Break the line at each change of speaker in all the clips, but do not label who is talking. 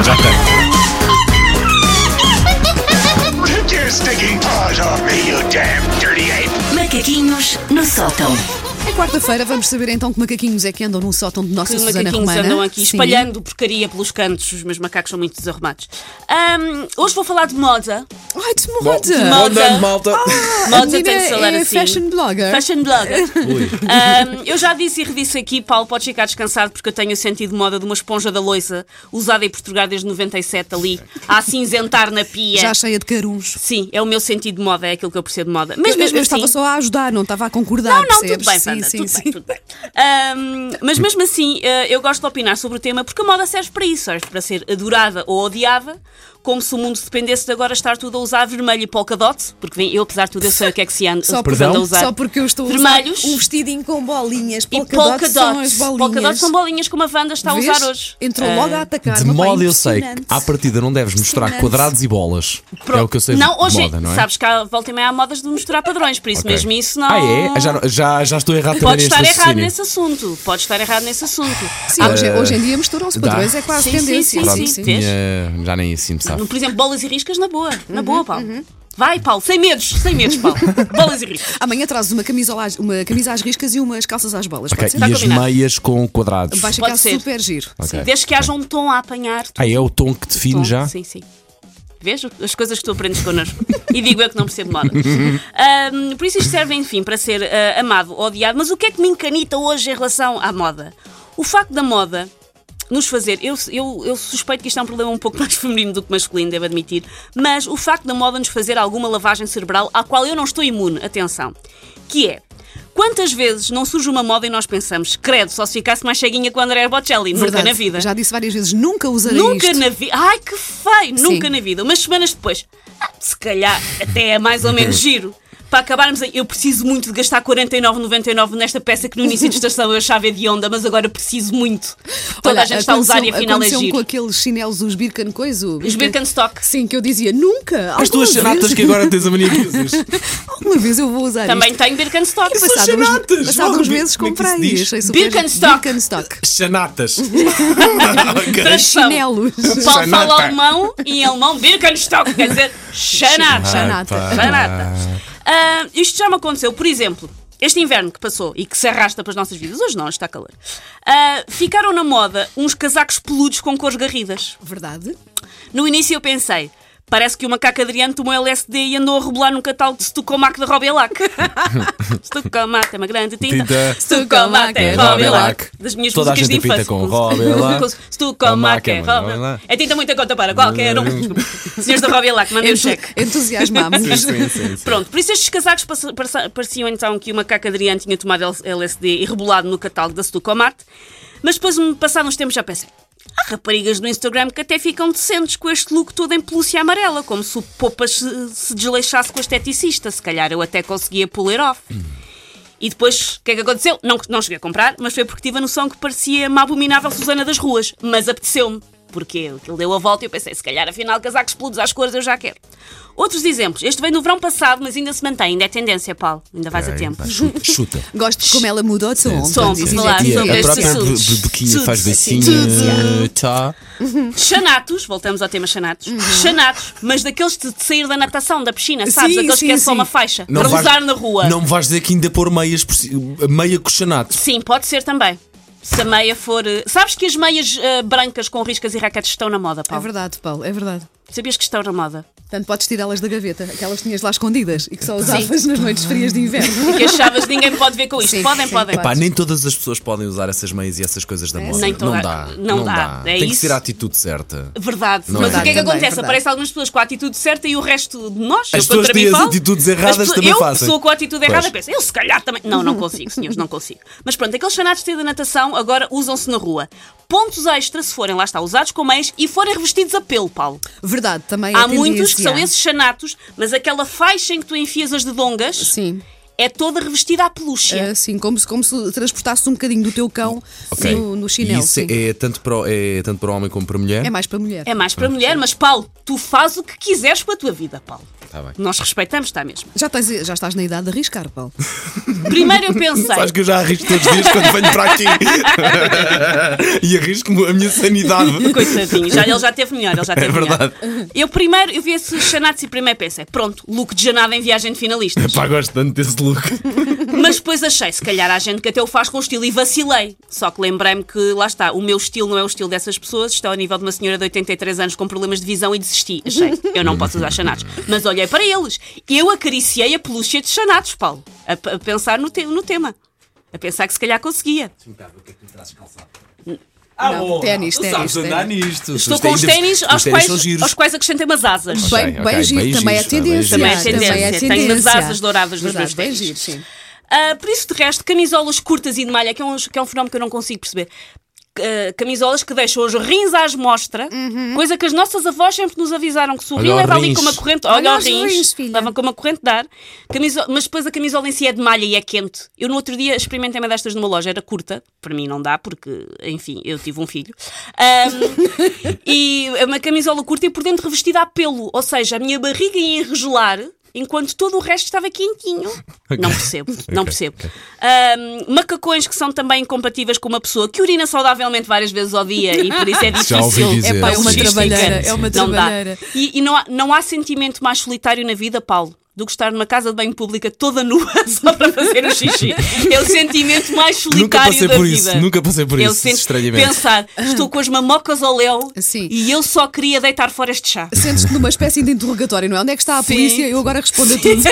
Exatamente.
Take your stinking paws off me, you damn dirty ape!
Macaquinhos no sótão.
É quarta-feira, vamos saber então que macaquinhos é que andam num sótão de Nossa
que os
Susana
macaquinhos
Romana.
andam aqui
Sim.
espalhando porcaria pelos cantos, os meus macacos são muito desarrumados. Ahm, hoje vou falar de moda.
Ai, de moda!
Bom, Moda.
Andando, malta.
Moda
menina
tem de se falar
é
assim.
fashion blogger.
Fashion blogger. Ahm, eu já disse e redisse aqui, Paulo, podes ficar descansado porque eu tenho o sentido de moda de uma esponja da loiça usada em Portugal desde 97 ali, a acinzentar na pia.
Já cheia de carunhos.
Sim, é o meu sentido de moda, é aquilo que eu percebo de moda. Mas
eu,
mesmo
eu
assim,
estava só a ajudar, não estava a concordar.
Não, não,
percebes?
tudo bem,
sim,
Fanda,
sim,
tudo
sim.
bem, tudo bem. Ahm, mas mesmo assim, eh, eu gosto de opinar sobre o tema porque a moda serve para isso, serve para ser adorada ou odiada, como se o mundo dependesse de agora estar tudo a usar vermelho e polka dot, porque vem, eu, apesar de tudo, eu sei o que é que se anda,
Só,
se
por-
anda a usar.
só porque eu estou
Vermelhos
a usar um vestidinho com bolinhas.
e
Polka,
polka
dots são as
dots.
bolinhas.
Polka dots são bolinhas como a Wanda está a
Vês?
usar hoje.
Entrou
Ah,
logo a atacar.
De
mas pá,
moda eu sei que
impressionante.
à partida não deves mostrar
Impressionante.
quadrados e bolas. É o que eu sei
não,
de
hoje,
moda, não é?
sabes que há volta e meia há modas de misturar padrões, por isso
Ok.
mesmo isso não.
Ah, é? Já, já, já estou errado
Pode
também
estar
neste
errado
raciocínio.
nesse assunto. Pode estar errado nesse assunto.
Sim, Ah, hoje, é- hoje em dia misturam-se
Dá.
padrões, é quase
Sim, sim,
tendência.
sim,
Pronto,
sim.
tinha-
Vês?
já nem assim me sabe.
Por exemplo, bolas e riscas na boa. Na boa, Paulo. Vai, Paulo, sem medos, sem medos, Paulo. bolas e riscas.
Amanhã trazes uma, camisola às- uma camisa às riscas e umas calças às bolas.
Ok,
Pode ser?
Está
E as
combinado.
meias com quadrados.
Vai
Tá Pode
ficar
ser.
super giro.
Ok.
Desde que haja um tom a apanhar.
Ah, é o tom que define
Tom,
já?
Sim, sim. Vês as coisas que tu aprendes connosco? E digo eu que não percebo moda. Ahm, por isso isto serve, enfim, para ser ah, amado ou odiado. Mas o que é que me encanita hoje em relação à moda? O facto da moda nos fazer. Eu, eu, eu suspeito que isto é um problema um pouco mais feminino do que masculino, devo admitir. Mas o facto da moda nos fazer alguma lavagem cerebral à qual eu não estou imune, atenção. Que é. Quantas vezes não surge uma moda e nós pensamos, credo, só se ficasse mais cheguinha com o André Bocelli? Nunca
Verdade.
na vida.
Já disse várias vezes, nunca usarei
Nunca
isto.
na vida. Ai, que feio! Nunca na vida. Umas semanas depois, ah, se calhar até é mais ou menos giro. Para acabarmos aí, eu preciso muito de gastar 49,99 nesta peça que no início de estação eu achava de onda, mas agora preciso muito. Toda a gente está a usar e
aconteceu- um
afinal é
aconteceu-me com
giro.
aqueles chinelos, os Birken Coiso.
Os Birkenstock.
Sim, que eu dizia nunca.
As tuas
alguma
chanatas
vez-
que agora tens a mania que usas.
Alguma vez eu vou usar
Também
isto.
tenho Birkenstock.
Isso- São
Passado uns-
chanatas,
Passado
logo,
uns meses
como é que isso
comprei.
diz?
Achei super-
Birkenstock.
Birkenstock.
Chanatas.
Trans-
Chinelos.
O Paulo fala
Chanata.
alemão e em alemão Birkenstock, quer dizer chanata.
Chanata.
Ai, pá.
Chanata. Ah, isto já me aconteceu, por exemplo, este inverno que passou e que se arrasta para as nossas vidas, hoje não, hoje está calor, ah, ficaram na moda uns casacos peludos com cores garridas.
Verdade.
No início eu pensei. Parece que o macaco Adriano tomou LSD e andou a rebolar num catálogo de Stucomac da Robilac. Stucomac é uma grande tinta.
Tinta.
Stucomac é
É
Robilac.
Robilac.
Das minhas
Toda a
músicas
gente
de
pinta
infância.
com Robilac.
Stucomac é
A máquina,
Robilac.
Robilac.
É tinta muita conta para qualquer um. Senhores da Robilac, mandem um
Entu-
cheque.
Entusiasmámos.
Sim, sim, sim.
Pronto, por isso estes casacos passa- passa- pareciam então que o macaco Adriano tinha tomado L- LSD e rebolado no catálogo da Seducomat, mas depois, um- passados uns tempos, já pensei. Há raparigas no Instagram que até ficam decentes com este look todo em pelúcia amarela, como se o Popas se, se desleixasse com a esteticista. Se calhar eu até conseguia puller off. E depois, o que é que aconteceu? Não, não cheguei a comprar, mas foi porque tive a noção que parecia uma abominável Susana das Ruas. Mas apeteceu-me. Porque ele deu a volta e eu pensei, se calhar afinal casacos peludos às cores eu já quero. Outros exemplos. Este veio no verão passado, mas ainda se mantém. Ainda é tendência, Paulo. Ainda vais a tempo.
Chuta, chuta.
Gosto de como ela mudou de som.
Som,
Portanto,
vamos falar
diz-
E
diz-
a,
sobre
a
estes
própria be-
assuntos.
bebequinha faz
Assuntos,
beicinho.
sim.
Tá.
Xanatos, voltamos ao tema Xanatos. Xanatos, mas daqueles de de sair da natação, da piscina, sabes?
Uhum. Sim,
Aqueles que
sim,
é só
sim.
uma faixa.
Não
para
vais-
usar na rua.
Não me vais dizer que ainda pôr meias por ci- meia com chanato.
Sim, pode ser também. Se a meia for. eh, Sabes que as meias eh, brancas com riscas e raquetes estão na moda,
É
Paulo?
verdade, Paulo, é verdade.
Sabias que estão na moda?
Portanto, podes tirá-las da gaveta, aquelas que tinhas lá escondidas e que só usavas nas noites frias de inverno.
Que achavas ninguém pode ver com isto.
Sim,
podem,
sim,
podem.
claro.
Pá, nem todas as pessoas podem usar essas meias e essas coisas da moda.
É, Nem toda-
Não dá.
não dá. É
Tem
isso.
que ser a atitude certa.
Verdade.
Não
Mas
é?
o que é
Verdade,
que
também,
acontece?
verdade.
Aparecem algumas pessoas com a atitude certa e o resto de nós.
As
eu,
pessoas
para mim,
têm as
falo,
atitudes
as
erradas
pessoas-
também
eu,
fazem.
pessoa com a atitude errada,
Pois.
penso, eu se calhar também. Não, não consigo, senhores, não consigo. Mas pronto, aqueles chanatos de ter da natação agora usam-se na rua. Pontos extra, se forem lá está usados com meias e forem revestidos a pelo, Paulo.
Verdade, também é
Há muitos
tendência.
que são esses chanatos, mas aquela faixa em que tu enfias as dedongas
Sim.
é toda revestida à pelúcia.
Assim, como se, como se transportasses um bocadinho do teu cão
Ok.
no, no
E
chinelo.
isso
sim.
é, tanto para, o- é tanto para o homem como para a mulher?
É mais para mulher.
É mais para mulher, mas Paulo, tu fazes o que quiseres com a tua vida, Paulo.
Tá bem.
Nós respeitamos, está mesmo.
Já, tens, já estás na idade de arriscar, Paulo.
Primeiro eu pensei,
Sabes que eu já arrisco todos os dias quando venho para aqui. e arrisco a minha sanidade.
Coitadinho, já, ele já teve melhor, ele já teve
É verdade.
melhor. Eu primeiro, eu vi esse Xanatos e primeiro pensei, pronto, look de janada em viagem de finalistas.
Pá, gosto tanto desse look.
Mas depois achei, se calhar há gente que até o faz com estilo e vacilei. Só que lembrei-me que, lá está, o meu estilo não é o estilo dessas pessoas, está ao nível de uma senhora de 83 anos com problemas de visão e desisti. Achei, eu não posso usar Xanatos. Mas olhei para eles, eu acariciei a pelúcia de Xanatos, Paulo, a, a pensar no, te- no tema. A pensar que se calhar conseguia.
Ah,
Não,
bom.
ténis,
Tu
ténis,
sabes andar
ténis.
nisto.
Estou com os ténis, aos, quais,
são giros. Uhum.
aos quais acrescentei umas asas.
Ok,
bem,
ok,
bem giro,
bem
também é
giro,
tendência.
também
é tendência.
Também é
Também é tendência. Tenho umas asas douradas nos
Exato,
meus
bem
pés.
giro, sim.
Ah, por isso, de resto, camisolas curtas e de malha, que é um, que é um fenómeno que eu não consigo perceber. Ah, camisolas que deixam os rins à mostra, coisa que as nossas avós sempre nos avisaram que se o
Olha
rim
os
leva ali
rins.
com uma corrente,
Olha
olha,
os
os rins,
rins, filha.
levam com uma corrente de ar, Camiso- mas depois a camisola em si é de malha e é quente. Eu no outro dia experimentei uma destas numa loja, era curta, para mim não dá, porque, enfim, eu tive um filho. Ahm, e é uma camisola curta e por dentro revestida a pelo, ou seja, a minha barriga ia enregelar enquanto todo o resto estava quentinho. Não percebo, não
Ok,
percebo.
ok.
Ahm, macacões que são também incompatíveis com uma pessoa que urina saudavelmente várias vezes ao dia e por isso é difícil.
ouvi dizer.
É pá, é uma
logística.
trabalheira, é uma
Não dá.
trabalheira.
E, e não, há, não há sentimento mais solitário na vida, Paulo, do que estar numa casa de banho pública toda nua só para fazer o xixi. É o sentimento mais
Nunca
solitário
passei
da
por
vida. É
isso, nunca passei por
eu
isso,
sinto
estranhamente.
pensar, estou com as mamocas ao léu
Sim.
e eu só queria deitar fora este chá.
Sentes-te numa espécie de interrogatório, não é? Onde é que está a
Sim.
polícia? Eu agora respondo a tudo.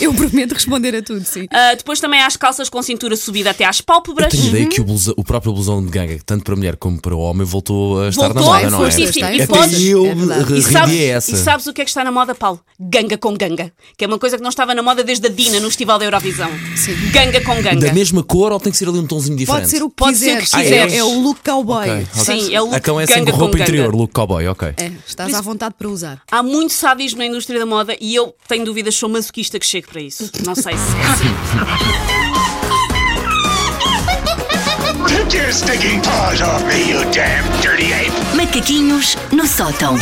Eu prometo responder a tudo, sim.
Ah, depois também há as calças com cintura subida até às
Eu
pálpebras.
tenho ideia que o, blusa- o próprio blusão de ganga, tanto para mulher como para o homem, voltou a estar
Voltou,
na moda, não é?
sim, sim,
Até
e podes-
eu
É verdade.
re-
E
rendi
sabes,
a essa.
e sabes o que é que está na moda, Paulo? Ganga com ganga. Que é uma coisa que não estava na moda desde a Dina no Festival da Eurovisão.
Sim.
Ganga com ganga.
Da mesma cor ou tem que ser ali um tonzinho diferente?
Pode ser o que
Pode ser o
quiseres.
que quiseres.
É, é o look cowboy.
Ok, ok.
Sim, é o look
Então é sempre
ganga com
roupa
ganga.
interior, look cowboy, ok.
É, estás à vontade para usar.
Há muito sadismo na indústria da moda e eu tenho dúvidas, sou masoquista que chego para isso. Não sei se é assim.
Take your stinking paws off me, you damn dirty ape!
Macaquinhos no sótão.